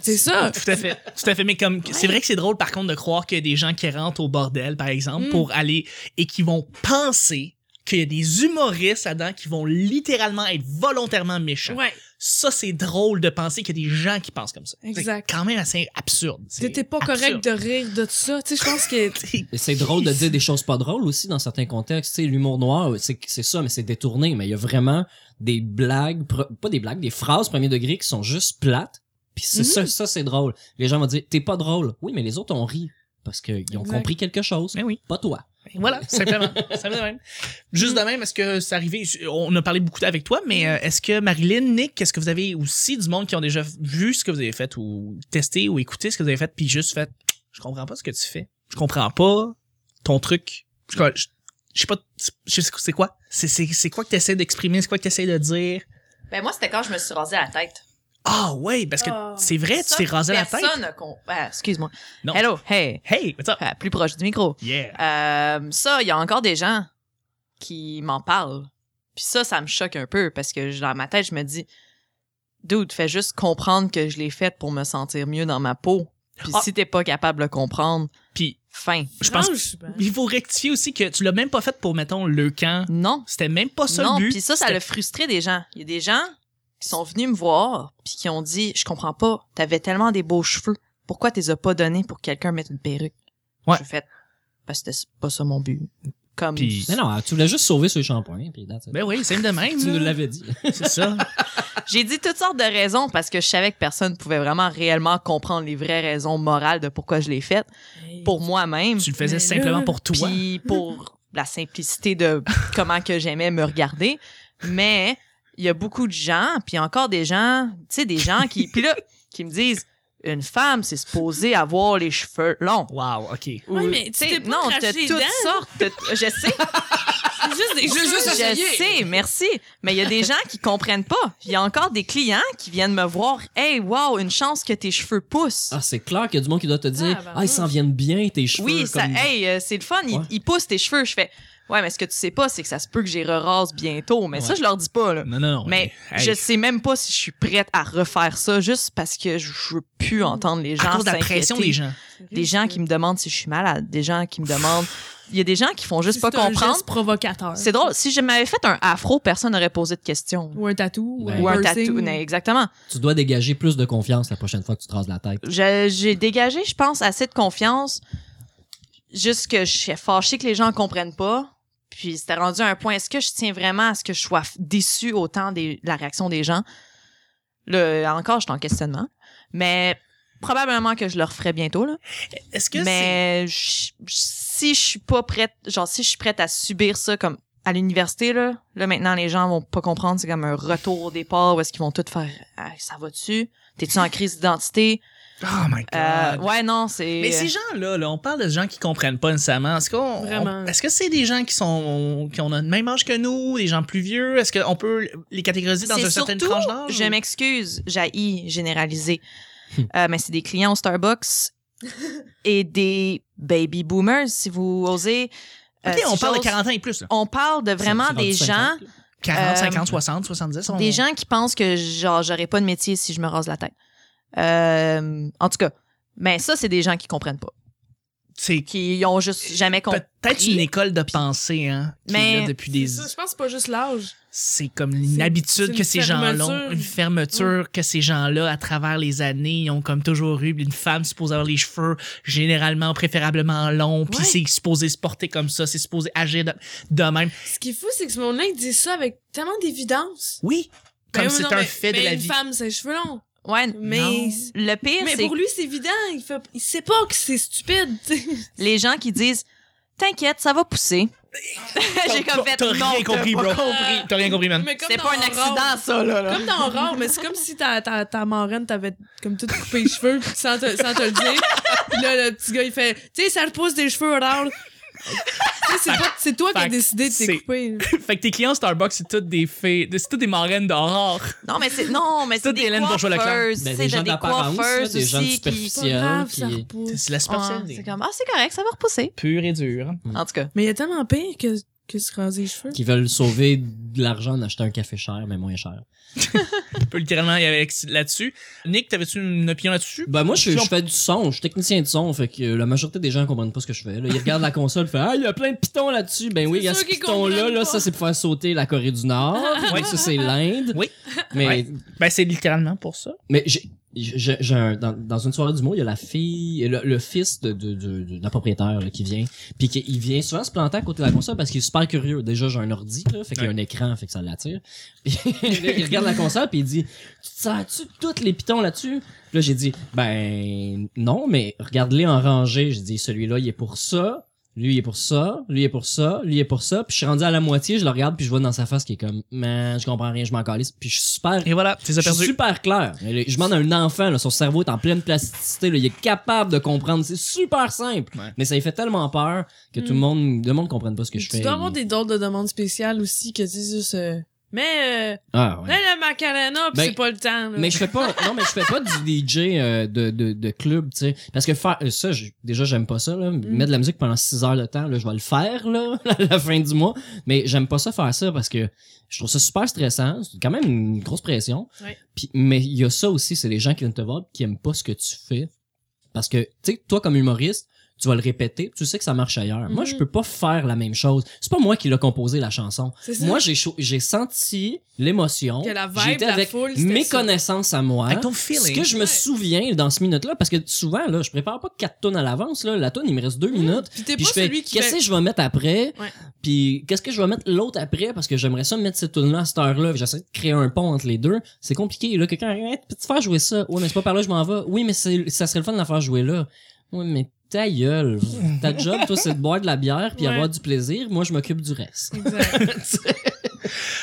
Speaker 5: C'est ça.
Speaker 1: Tout à fait. Tout à fait. Mais comme, c'est vrai que c'est drôle, par contre, de croire qu'il y a des gens qui rentrent au bordel, par exemple,
Speaker 5: Mm.
Speaker 1: pour aller et qui vont penser qu'il y a des humoristes là-dedans qui vont littéralement être volontairement méchants.
Speaker 5: Ouais.
Speaker 1: Ça, c'est drôle de penser qu'il y a des gens qui pensent comme ça.
Speaker 5: Exact.
Speaker 1: C'est quand même assez absurde. C'est
Speaker 5: T'étais pas
Speaker 1: absurde.
Speaker 5: correct de rire de tout ça, tu sais. Je pense que
Speaker 2: Et c'est drôle de dire des choses pas drôles aussi dans certains contextes. Tu sais, l'humour noir, c'est c'est ça, mais c'est détourné. Mais il y a vraiment des blagues, pro- pas des blagues, des phrases premier degré qui sont juste plates. Puis c'est
Speaker 5: Mhm.
Speaker 2: ça, ça c'est drôle. Les gens vont dire t'es pas drôle. Oui, mais les autres ont ri parce qu'ils ont
Speaker 5: Exact.
Speaker 2: compris quelque chose.
Speaker 1: Mais Ben oui.
Speaker 2: Pas toi.
Speaker 1: Voilà, simplement. simplement de même. Juste de même, est-ce que c'est arrivé, je- on a parlé beaucoup avec toi, mais euh, est-ce que Marilyn, Nick, est-ce que vous avez aussi du monde qui ont déjà vu ce que vous avez fait ou testé ou écouté ce que vous avez fait puis juste fait, je comprends pas ce que tu fais. Je comprends pas ton truc. Je, je- je sais pas, je sais c'est quoi. C'est, c'est, c'est quoi que t'essaies d'exprimer, c'est quoi que t'essaies de dire.
Speaker 3: Ben, moi, c'était quand je me suis rasée à la tête.
Speaker 1: Ah ouais, parce que
Speaker 5: Oh.
Speaker 1: c'est vrai, Eh, tu
Speaker 3: Ça,
Speaker 1: t'es rasé la tête.
Speaker 3: personne a con- Ah, excuse-moi.
Speaker 1: Non.
Speaker 3: Hello, hey.
Speaker 1: Hey, what's up?
Speaker 3: Ah, plus proche du micro.
Speaker 1: Yeah.
Speaker 3: Euh, ça, il y a encore des gens qui m'en parlent. Puis ça, ça me choque un peu parce que je- dans ma tête, je me dis, dude, fais juste comprendre que je l'ai faite pour me sentir mieux dans ma peau. Puis
Speaker 1: Ah.
Speaker 3: si t'es pas capable de le comprendre,
Speaker 1: Puis
Speaker 3: fin.
Speaker 1: je pense
Speaker 5: Franchement,
Speaker 1: il faut rectifier aussi que tu l'as même pas fait pour mettons le camp.
Speaker 3: Non.
Speaker 1: C'était même pas ça
Speaker 3: Non,
Speaker 1: le but.
Speaker 3: puis ça, ça
Speaker 1: C'était-
Speaker 3: l'a frustré des gens. Il y a des gens qui sont venus me voir puis qui ont dit, je comprends pas, t'avais tellement des beaux cheveux. pourquoi t'es as pas donné pour que quelqu'un mette une perruque?
Speaker 1: Ouais.
Speaker 3: J'ai fait, parce que c'était pas ça mon but. Comme,
Speaker 1: Puis-
Speaker 2: Mais non, tu voulais juste sauver ce shampoing, puis that's it.
Speaker 1: Ben oui, c'est de même.
Speaker 2: tu nous
Speaker 1: là.
Speaker 2: l'avais dit.
Speaker 1: C'est ça.
Speaker 3: j'ai dit toutes sortes de raisons parce que je savais que personne pouvait vraiment réellement comprendre les vraies raisons morales de pourquoi je l'ai faite pour moi-même.
Speaker 1: tu le faisais
Speaker 5: Mais
Speaker 1: simplement
Speaker 5: là,
Speaker 1: pour toi.
Speaker 3: Puis pour la simplicité de comment que j'aimais me regarder. Mais il y a beaucoup de gens, puis encore des gens, tu sais, des gens qui, puis là, qui me disent, une femme, c'est supposé avoir les cheveux longs.
Speaker 1: Wow, OK.
Speaker 5: Ouais, mais tu
Speaker 3: T'sais,
Speaker 5: t'es pas
Speaker 3: non,
Speaker 5: craché
Speaker 3: t'as
Speaker 5: les
Speaker 3: toutes
Speaker 5: dents.
Speaker 3: sortes. de- je sais,
Speaker 5: C'est juste des
Speaker 3: je sais, merci. Mais il y a des gens qui comprennent pas. Il y a encore des clients qui viennent me voir. Hey, wow, une chance que tes cheveux poussent.
Speaker 2: Ah, c'est clair qu'il y a du monde qui doit te dire
Speaker 5: Ah, bah,
Speaker 2: Ah, ils s'en viennent bien, tes cheveux.
Speaker 3: oui, ça,
Speaker 2: comme-
Speaker 3: hey, euh, c'est le fun, ils,
Speaker 2: Ouais.
Speaker 3: ils poussent tes cheveux. Je fais, ouais, mais ce que tu sais pas, c'est que ça se peut que j'y rerase bientôt. Mais ça,
Speaker 2: Ouais.
Speaker 3: je leur dis pas, là.
Speaker 1: Non, non, non.
Speaker 3: Mais
Speaker 1: hey,
Speaker 3: je
Speaker 1: hey,
Speaker 3: sais même pas si je suis prête à refaire ça juste parce que je je veux plus
Speaker 5: Mm.
Speaker 3: entendre les gens
Speaker 1: à cause de la
Speaker 3: s'inquiéter.
Speaker 1: pression des gens.
Speaker 3: Des gens qui me demandent si je suis malade, des gens qui me demandent. Il y a des gens qui font juste pas comprendre.
Speaker 5: C'est provocateur.
Speaker 3: C'est drôle. Si je m'avais fait un afro, personne n'aurait posé de questions.
Speaker 5: Ou un tatou.
Speaker 2: Ouais.
Speaker 3: Ben, Ou un
Speaker 5: piercing.
Speaker 3: tatou. Non, Exactement.
Speaker 2: Tu dois dégager plus de confiance la prochaine fois que tu te rases la tête.
Speaker 3: Je- J'ai dégagé, je pense, assez de confiance. Juste que je suis fâchée que les gens comprennent pas. Puis c'était rendu à un point. Est-ce que je tiens vraiment à ce que je sois f- déçue autant des- de la réaction des gens? Le, encore, je suis en questionnement. Mais probablement que je le referai bientôt. Là.
Speaker 1: Est-ce que
Speaker 3: Mais je- je- si je suis pas prête, genre si je suis prête à subir ça comme à l'université, là, là maintenant les gens vont pas comprendre, c'est comme un retour au départ où est-ce qu'ils vont tout faire Ah, ça va dessus? T'es-tu en crise d'identité?
Speaker 1: c'est... Oh my God.
Speaker 3: Euh, ouais, non, c'est.
Speaker 1: Mais ces gens-là, là, on parle de gens qui comprennent pas nécessairement. Est-ce qu'on,
Speaker 5: Vraiment.
Speaker 1: on- est-ce que c'est des gens qui sont, qui ont le même âge que nous, des gens plus vieux Est-ce qu'on peut les catégoriser dans
Speaker 3: C'est
Speaker 1: une certaine
Speaker 3: surtout,
Speaker 1: tranche d'âge
Speaker 3: je m'excuse, j'ai généralisé.
Speaker 1: Hmm.
Speaker 3: Euh, mais c'est des clients au Starbucks et des baby boomers, si vous osez. Euh,
Speaker 1: Ok, on
Speaker 3: ces
Speaker 1: parle de
Speaker 3: choses-
Speaker 1: 40 ans et plus. là.
Speaker 3: On parle de vraiment
Speaker 2: C'est rendu
Speaker 3: des
Speaker 2: 50,
Speaker 3: gens
Speaker 2: là.
Speaker 1: 40,
Speaker 3: Euh,
Speaker 1: 50, 60, 70. on-
Speaker 3: Des gens qui pensent que genre j'aurais pas de métier si je me rase la tête. Euh, en tout cas, mais ça c'est des gens qui comprennent pas,
Speaker 1: C'est
Speaker 3: qui ont juste jamais compris.
Speaker 1: peut-être une école de pensée, hein, qui
Speaker 3: Mais-
Speaker 1: est là depuis
Speaker 5: C'est
Speaker 1: des.
Speaker 5: ça, je pense que c'est pas juste l'âge.
Speaker 1: C'est comme
Speaker 5: C'est-
Speaker 1: une
Speaker 5: c'est
Speaker 1: habitude
Speaker 5: une
Speaker 1: que ces gens-là ont,
Speaker 5: fermeture.
Speaker 1: une fermeture
Speaker 3: Mm.
Speaker 1: que ces gens-là, à travers les années, ils ont comme toujours eu. Une femme supposée avoir les cheveux généralement, préférablement longs, puis
Speaker 5: Ouais.
Speaker 1: c'est supposé se porter comme ça, c'est supposé agir de, de même.
Speaker 5: Ce qui est fou, c'est que ce monde-là, il dit ça avec tellement d'évidence.
Speaker 1: Oui, comme
Speaker 5: Ben,
Speaker 1: c'est
Speaker 5: non,
Speaker 1: un
Speaker 5: mais-
Speaker 1: fait de
Speaker 5: mais
Speaker 1: la
Speaker 5: une
Speaker 1: vie.
Speaker 5: femme, c'est les cheveux longs.
Speaker 3: Ouais,
Speaker 5: Mais,
Speaker 3: le pire
Speaker 5: mais
Speaker 3: c'est
Speaker 5: pour lui, c'est évident. Il, fait... il sait pas que c'est stupide. tu sais.
Speaker 3: les gens qui disent t'inquiète ça va pousser. J'ai comme fait
Speaker 1: T'as
Speaker 3: non,
Speaker 1: rien compris,
Speaker 3: pas
Speaker 1: bro.
Speaker 3: compris.
Speaker 1: T'as rien compris, man.
Speaker 5: Mais comme
Speaker 3: C'est
Speaker 5: dans
Speaker 3: pas un accident
Speaker 5: Rare.
Speaker 3: ça là. là.
Speaker 5: Comme dans Rare, mais c'est comme si ta, ta, ta marraine t'avait comme tout coupé les cheveux pis sans te, sans te le dire. Puis là, le petit gars, il fait « Tu sais, ça repousse des cheveux, Rare. » Tu sais, c'est pas- C'est toi qui as
Speaker 1: Fait que
Speaker 5: décidé de
Speaker 1: c'est-
Speaker 5: t'écouper.
Speaker 1: fait que tes clients Starbucks, c'est toutes des fées, c'est toutes des marraines d'horreur.
Speaker 3: Non mais c'est non mais
Speaker 1: Tout
Speaker 3: c'est des
Speaker 1: Hélène Bourgeois-Leclerc.
Speaker 3: coiffeuses,
Speaker 2: Ben,
Speaker 3: c'est
Speaker 2: des
Speaker 3: des,
Speaker 2: gens
Speaker 3: des
Speaker 2: d'apparence, là,
Speaker 3: coiffeuses
Speaker 2: des gens
Speaker 3: aussi qui.
Speaker 5: C'est
Speaker 2: superficiels.
Speaker 5: pas grave,
Speaker 2: qui-
Speaker 5: ça repousse.
Speaker 1: C'est la
Speaker 3: Ouais,
Speaker 1: superficielle.
Speaker 3: c'est comme ah c'est correct ça va repousser.
Speaker 1: Pur et dur.
Speaker 3: En tout cas,
Speaker 5: Mais il y a tellement pire que, que se raser les cheveux.
Speaker 2: qui veulent sauver de l'argent en achetant un café cher, mais moins cher.
Speaker 1: On peut littéralement y aller là-dessus. Nick, t'avais-tu une opinion là-dessus?
Speaker 2: Ben moi, je,
Speaker 1: Si on-
Speaker 2: je fais du son, je suis technicien de son, fait que euh, la majorité des gens comprennent pas ce que je fais. Là, ils regardent la console, font ah il y a plein de pitons là-dessus. Ben oui, il y a
Speaker 5: sûr
Speaker 2: ce
Speaker 5: qu'ils
Speaker 2: piton là,
Speaker 5: comprennent
Speaker 2: là
Speaker 5: pas.
Speaker 2: ça c'est pour faire sauter la Corée du Nord.
Speaker 1: Ouais.
Speaker 2: Ça c'est l'Inde.
Speaker 1: Oui.
Speaker 2: Mais
Speaker 1: Ouais. Ben, c'est littéralement pour ça.
Speaker 2: mais j'ai j'ai- j'ai un- dans, dans une soirée d'humour, il y a la fille, le, le fils de, de, de, de la propriétaire là, qui vient, puis qui- il vient souvent se planter à côté de la console parce qu'il est super curieux. Déjà, j'ai un ordi, là, fait qu'il y a un écran, fait que ça l'attire. Puis là, il regarde la console, puis il dit, tu te sers-tu de tous les pitons là-dessus? Puis là, j'ai dit, ben non, mais regarde-les en rangée. J'ai dit, celui-là, il est pour ça. Lui il est pour ça, lui il est pour ça, lui il est pour ça, puis je suis rendu à la moitié, je le regarde puis je vois dans sa face qui est comme, man, je comprends rien, je m'en calisse, puis je suis super
Speaker 1: Et voilà, tu les as
Speaker 2: je suis
Speaker 1: perdus.
Speaker 2: super clair. Mais le- Je demande à un enfant, là, son cerveau est en pleine plasticité, là, il est capable de comprendre. C'est super simple.
Speaker 1: Ouais.
Speaker 2: Mais ça lui fait tellement peur que tout le
Speaker 5: Mm.
Speaker 2: monde, le monde comprenne pas ce que je
Speaker 5: Tu
Speaker 2: fais.
Speaker 5: dois avoir des drôles de demandes spéciales aussi que c'est juste euh, Mais, euh,
Speaker 2: Ah, ouais.
Speaker 5: mais le macarena, pis
Speaker 2: Ben,
Speaker 5: c'est pas le temps. là.
Speaker 2: Mais je fais pas, non, mais je fais pas du DJ euh, de, de, de club, tu sais. Parce que faire, euh, ça, je- déjà, j'aime pas ça, là.
Speaker 5: Mm.
Speaker 2: Mettre de la musique pendant 6 heures de temps, là, je vais le faire, là, à la fin du mois. Mais j'aime pas ça faire ça parce que je trouve ça super stressant. C'est quand même une grosse pression.
Speaker 5: Ouais.
Speaker 2: Puis, mais il y a ça aussi, c'est les gens qui viennent te voir pis qui aiment pas ce que tu fais. Parce que, tu sais, toi, comme humoriste, tu vas le répéter, tu sais que ça marche ailleurs. Moi,
Speaker 5: Mhm.
Speaker 2: je peux pas faire la même chose. C'est pas moi qui l'a composé la chanson.
Speaker 5: C'est ça.
Speaker 2: Moi, j'ai chaud- j'ai senti l'émotion.
Speaker 5: Que la vibe
Speaker 2: J'étais
Speaker 5: de la
Speaker 2: avec
Speaker 5: foule, c'était
Speaker 2: mes
Speaker 5: ça.
Speaker 2: connaissances à moi.
Speaker 1: Avec ton
Speaker 2: Ce
Speaker 1: feeling.
Speaker 2: que je me
Speaker 5: Ouais.
Speaker 2: souviens dans ce minute-là, parce que souvent, là, je prépare pas quatre tonnes à l'avance, là. La tonne, il me reste deux minutes.
Speaker 5: Puis t'es
Speaker 2: Puis
Speaker 5: Mmh. pas
Speaker 2: je fais,
Speaker 5: celui qui
Speaker 2: qu'est-ce
Speaker 5: fait...
Speaker 2: que je vais mettre après?
Speaker 5: Ouais.
Speaker 2: Puis qu'est-ce que je vais mettre l'autre après? Parce que j'aimerais ça mettre cette tune-là à cette heure-là. Puis J'essaie de créer un pont entre les deux. C'est compliqué, là. Quelqu'un arrive, Hey, peux-tu faire jouer ça? Ouais, mais c'est pas par là, que je m'en vais. Oui, mais c'est- ça serait le fun de la faire jouer là. Ouais, mais ta gueule. Ta job, toi, c'est de boire de la bière puis
Speaker 5: Ouais.
Speaker 2: avoir du plaisir. Moi, je m'occupe du reste.
Speaker 5: Exact.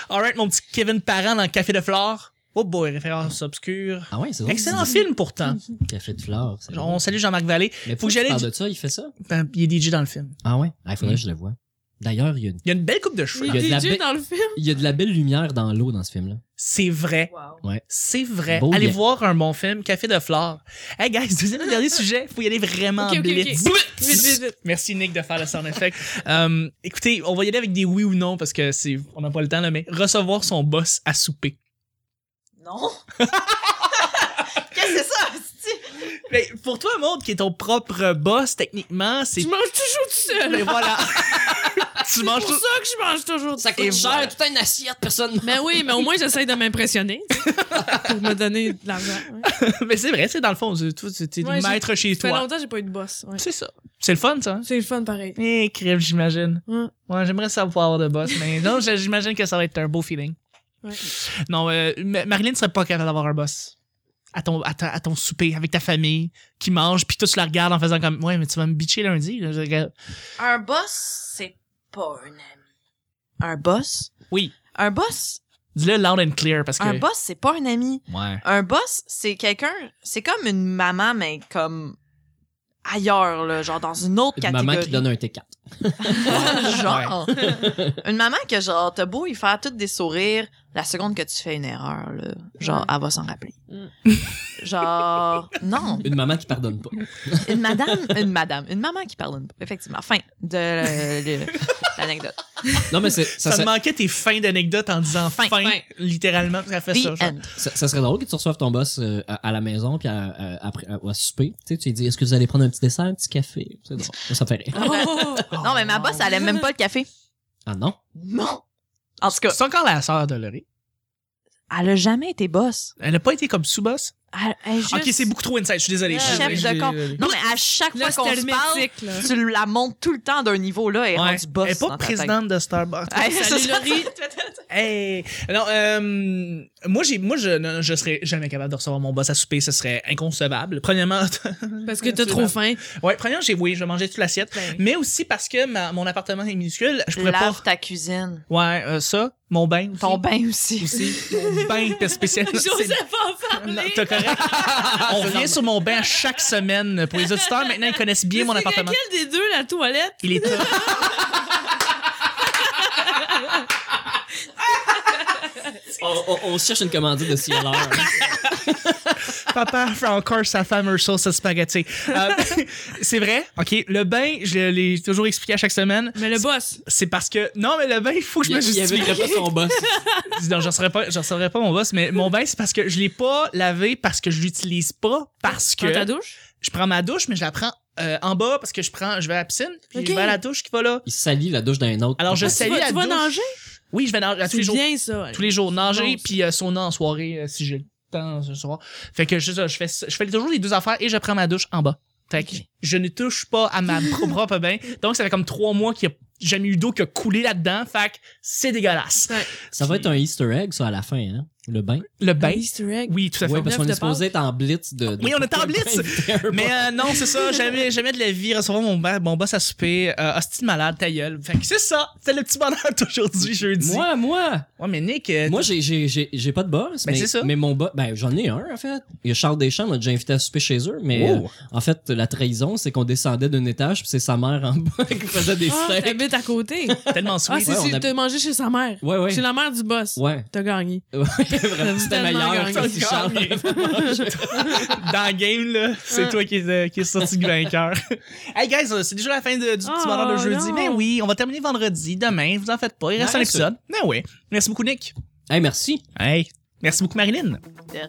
Speaker 1: Alright, mon petit Kevin Parent dans le Café de Flore. Oh boy, référence obscure.
Speaker 2: Ah ouais, c'est vrai.
Speaker 1: Excellent film pourtant.
Speaker 2: c'est du Café de fleurs. c'est vrai.
Speaker 1: On salue Jean-Marc Vallée.
Speaker 2: Mais
Speaker 1: Faut que
Speaker 2: faut que
Speaker 1: j'aille-
Speaker 2: j'aille. de ça, il fait ça.
Speaker 1: Ben, il est DJ dans le film.
Speaker 2: Ah ouais? Ah, il faudrait
Speaker 1: Mm.
Speaker 2: que je le vois. D'ailleurs, il y a une
Speaker 1: Il y a une belle coupe de cheveux.
Speaker 5: Il
Speaker 2: y a de
Speaker 5: est
Speaker 2: la
Speaker 5: DJ
Speaker 2: baie-
Speaker 5: dans le film.
Speaker 2: Il y a de la belle lumière dans l'eau dans ce film-là.
Speaker 1: C'est vrai.
Speaker 3: Wow.
Speaker 1: C'est vrai.
Speaker 2: Beau
Speaker 1: Allez
Speaker 2: bien.
Speaker 1: voir un bon film, Café de Flore. Hey guys, deuxième et dernier sujet, faut y aller vraiment
Speaker 5: Ok, ok, ok.
Speaker 1: blitz.
Speaker 5: Vite, vite, vite.
Speaker 1: Merci Nick de faire le sound effect. Euh, écoutez, on va y aller avec des oui ou non parce que c'est on n'a pas le temps là, mais recevoir son boss à souper.
Speaker 3: Non. Qu'est-ce que c'est ça? c'est-tu?
Speaker 1: Mais pour toi, Maud, qui est ton propre boss techniquement, c'est
Speaker 5: Tu manges toujours tout
Speaker 1: mais
Speaker 5: seul.
Speaker 1: voilà. tu
Speaker 5: C'est
Speaker 1: manges
Speaker 5: pour
Speaker 1: tout.
Speaker 5: ça que je mange toujours tout seul.
Speaker 2: tout une assiette, personne.
Speaker 5: Mais oui, mais au moins, j'essaye de m'impressionner tu sais, pour me donner de l'argent. ouais.
Speaker 1: Mais c'est vrai, c'est dans le fond, c'est- toi, tu- t'es
Speaker 5: Ouais, j'ai-
Speaker 1: maître chez
Speaker 5: Ça fait
Speaker 1: toi.
Speaker 5: longtemps que j'ai pas eu de boss. ouais.
Speaker 1: C'est ça. C'est le fun ça. hein?
Speaker 5: C'est le fun, pareil.
Speaker 1: Eh, crève, j'imagine.
Speaker 5: Ouais.
Speaker 1: Ouais, j'aimerais ça pouvoir avoir de boss, mais non, j- j'imagine que ça va être un beau feeling.
Speaker 5: Ouais.
Speaker 1: Non, euh, Ma- Marilyn serait pas capable d'avoir un boss. À ton, à, ta- à ton souper avec ta famille qui mange, puis toi tu la regardes en faisant comme Ouais, mais tu vas me bitcher lundi. là. Je regarde.
Speaker 3: Un boss, c'est pas un ami. Un boss?
Speaker 1: Oui,
Speaker 3: Un boss?
Speaker 1: dis-le loud and clear parce que.
Speaker 3: Un boss, c'est pas un ami.
Speaker 2: Ouais.
Speaker 3: Un boss, c'est quelqu'un, c'est comme une maman, mais comme ailleurs, là, genre dans une autre
Speaker 2: Une
Speaker 3: catégorie.
Speaker 2: maman qui donne un T4.
Speaker 3: genre. une maman que, genre, t'as beau y faire toutes des sourires, la seconde que tu fais une erreur, là, genre, elle va s'en rappeler.
Speaker 5: Mm.
Speaker 3: genre, non.
Speaker 2: Une maman qui pardonne pas.
Speaker 3: Une madame, une madame, une maman qui pardonne pas, effectivement. Fin de euh, le- l'anecdote.
Speaker 2: Non, mais c'est-
Speaker 1: Ça,
Speaker 2: ça,
Speaker 1: te
Speaker 2: ça,
Speaker 1: manquait tes fins d'anecdotes en disant fin,
Speaker 3: Fin,
Speaker 5: fin.
Speaker 1: littéralement, parce qu'elle fait ça.
Speaker 3: The
Speaker 1: genre.
Speaker 3: end.
Speaker 2: ça- ça serait drôle que tu reçoives ton boss euh, à, à la maison puis à, à- après, à, à souper. Tu sais, tu lui dis, est-ce que vous allez prendre un petit dessert, un petit café? C'est drôle. Ça, ça fait rire.
Speaker 5: Oh!
Speaker 3: Non, mais ma boss, elle aime même pas le café.
Speaker 2: Ah non?
Speaker 3: Non. En tout cas,
Speaker 1: C'est encore la sœur de Laurie.
Speaker 3: elle a jamais été boss.
Speaker 1: Elle a pas été comme sous-boss.
Speaker 3: Elle, elle est juste
Speaker 1: Ok, c'est beaucoup trop inside, je suis désolé.
Speaker 5: Yeah,
Speaker 1: Je suis
Speaker 3: chef
Speaker 1: désolé, je suis
Speaker 3: de camp.
Speaker 1: désolé.
Speaker 3: Non, mais à chaque
Speaker 5: Là,
Speaker 3: fois qu'on
Speaker 5: c'était
Speaker 3: se
Speaker 5: le
Speaker 3: parle,
Speaker 5: mythique, là.
Speaker 3: tu la montes tout le temps d'un niveau, là,
Speaker 1: Ouais.
Speaker 3: et rendue boss.
Speaker 1: Elle est
Speaker 3: dans
Speaker 1: pas
Speaker 3: ta tête.
Speaker 1: présidente de Starbucks.
Speaker 3: Hey, c'est
Speaker 5: Salut,
Speaker 3: ça.
Speaker 5: Laurie.
Speaker 1: Hey! Non, euh, moi, j'ai, moi je, non, je serais jamais capable de recevoir mon boss à souper, ce serait inconcevable. Premièrement,
Speaker 5: Parce que t'as trop faim.
Speaker 1: ouais, premièrement, j'ai, oui, je vais manger toute l'assiette.
Speaker 3: Ben
Speaker 1: Mais aussi parce que ma- mon appartement est minuscule, je pourrais
Speaker 3: Lave ta cuisine.
Speaker 1: pas. Ouais, euh, ça, mon bain. Aussi,
Speaker 3: Ton bain aussi.
Speaker 1: aussi. Mon bain t'es spécial.
Speaker 5: Joseph en
Speaker 1: C'est- Non,
Speaker 5: parler.
Speaker 1: t'as correct. On revient sur mon bain à chaque semaine. Pour les auditeurs, maintenant, ils connaissent bien mon
Speaker 5: C'est
Speaker 1: appartement.
Speaker 5: Laquelle des deux, la toilette?
Speaker 1: Il est top.
Speaker 2: On, on- on cherche une commandite de cieleur.
Speaker 1: Papa fait encore sa fameuse sauce à spaghetti. Euh, c'est vrai, ok. Le bain, je l'ai toujours expliqué à chaque semaine.
Speaker 5: Mais le boss.
Speaker 1: C'est parce que non, mais le bain, il faut que je me
Speaker 2: il y
Speaker 1: justifie.
Speaker 2: avait pas son boss.
Speaker 1: Non, j'en saurais pas, j'en saurais pas mon boss, mais mon bain, c'est parce que je l'ai pas lavé, parce que je l'utilise pas, parce que
Speaker 5: Dans ta douche?
Speaker 1: je prends ma douche, mais je la prends euh, en bas parce que je prends, je vais à la piscine, puis
Speaker 5: Ok.
Speaker 1: je vais à la douche qui va là.
Speaker 2: Il salit la douche d'un autre.
Speaker 1: Alors, je
Speaker 5: Ah,
Speaker 1: sais-
Speaker 5: tu
Speaker 1: salis
Speaker 5: vas,
Speaker 1: la
Speaker 5: tu vas
Speaker 1: douche.
Speaker 5: nager?
Speaker 1: Oui, je vais nager à tous les
Speaker 5: C'est
Speaker 1: jours,
Speaker 5: bien, ça.
Speaker 1: tous les jours nager,
Speaker 5: Non, c'est-
Speaker 1: puis euh, sauna en soirée euh, si j'ai le temps ce soir. Fait que je, je fais, ça- je fais toujours les deux affaires et je prends ma douche en bas. Fait que je ne touche pas à ma pro- propre bain. Donc, ça fait comme trois mois qu'il y a jamais eu d'eau qui a coulé là-dedans. Fait que c'est dégueulasse.
Speaker 2: Ça va être un Easter egg, ça, à la fin, hein? Le bain.
Speaker 1: Le bain.
Speaker 5: Easter egg.
Speaker 1: Oui, tout à fait.
Speaker 2: Ouais, parce qu'on
Speaker 5: Neuf
Speaker 2: est
Speaker 5: de
Speaker 2: supposé être en blitz de. de-
Speaker 1: Oui, on est en blitz! Mais euh, non, c'est ça, jamais, jamais de la vie recevoir mon, ba- mon boss à souper. Euh, hostile malade, ta gueule. Fait que c'est ça, c'est le petit bonheur d'aujourd'hui, jeudi.
Speaker 2: Moi, moi!
Speaker 1: ouais, mais Nick, euh,
Speaker 2: Moi, j'ai, j'ai, j'ai, j'ai pas de boss.
Speaker 1: Ben,
Speaker 2: mais,
Speaker 1: c'est ça.
Speaker 2: mais mon boss, ben, j'en ai un, en fait. Il y a Charles Deschamps, m'a déjà invité à souper chez eux, mais
Speaker 1: Wow.
Speaker 2: euh, en fait, la trahison, c'est qu'on descendait d'un étage, puis c'est sa mère en bas qui faisait des
Speaker 5: Ah,
Speaker 2: steaks.
Speaker 5: t'habites à côté.
Speaker 1: tellement
Speaker 5: Ah,
Speaker 1: sweet.
Speaker 5: c'est,
Speaker 2: Ouais, on
Speaker 5: c'est
Speaker 2: a-
Speaker 5: t'as mangé chez sa mère.
Speaker 2: Ouais, ouais.
Speaker 5: Chez la mère du boss.
Speaker 2: Ouais.
Speaker 5: T'as gagné.
Speaker 2: Ouais, vraiment, c'était
Speaker 5: Tellement
Speaker 2: meilleur que
Speaker 5: gagné.
Speaker 2: si Charles
Speaker 1: Gagné.
Speaker 2: avait mangé.
Speaker 1: Dans le game, là, c'est
Speaker 5: Ah.
Speaker 1: toi qui, es qui est sorti vainqueur. hey guys, euh, c'est déjà la fin de- du petit
Speaker 5: Oh,
Speaker 1: bonheur de jeudi.
Speaker 5: non.
Speaker 1: Mais oui, on va terminer vendredi, demain, vous en faites pas, il reste Ben
Speaker 2: Ouais,
Speaker 1: un épisode. Mais oui. Merci beaucoup, Nick.
Speaker 2: Hey, merci.
Speaker 1: Hey. Merci beaucoup, Marilyn.
Speaker 3: De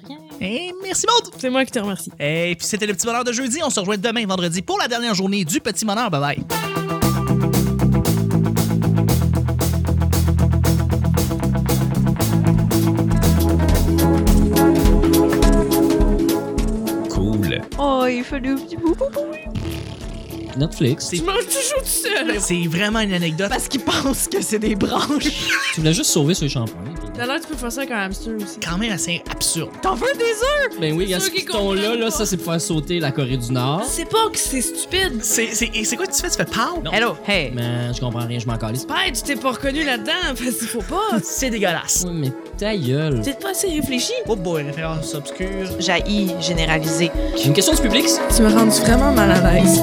Speaker 3: rien.
Speaker 1: Et merci, Maud.
Speaker 5: C'est moi qui te remercie.
Speaker 1: Et puis, c'était le petit bonheur de jeudi. On se rejoint demain, vendredi, pour la dernière journée du petit bonheur. Bye bye.
Speaker 4: Cool.
Speaker 3: Oh, il fait du petit boubou.
Speaker 2: Netflix.
Speaker 1: C'est-
Speaker 5: Tu manges toujours tout seul.
Speaker 1: C'est vraiment une anecdote.
Speaker 3: Parce qu'il pense que c'est des branches.
Speaker 2: Tu voulais juste sauver ce shampoing.
Speaker 5: T'as l'air que tu peux faire ça avec un hamster aussi.
Speaker 1: Quand même assez absurde.
Speaker 3: T'en veux des œufs?
Speaker 2: Ben oui, il y a ce
Speaker 5: Ceux qui
Speaker 2: piton-là, là,
Speaker 5: comprennent
Speaker 2: ça,
Speaker 5: pas.
Speaker 2: c'est pour faire sauter la Corée du Nord.
Speaker 5: C'est pas que c'est stupide.
Speaker 1: C'est c'est- et c'est quoi que tu fais? Tu fais pau?
Speaker 2: Non.
Speaker 3: Hello, hey.
Speaker 2: Mais je comprends rien, je m'en calisse.
Speaker 5: Père, tu t'es pas reconnu là-dedans parce qu'il faut pas.
Speaker 1: C'est dégueulasse.
Speaker 2: Oui, mais ta gueule.
Speaker 5: T'es pas assez réfléchi.
Speaker 1: Oh boy, référence obscure.
Speaker 3: Jaillit, généralisé.
Speaker 2: J'ai une question du public.
Speaker 5: Tu me rends vraiment mal à l'aise.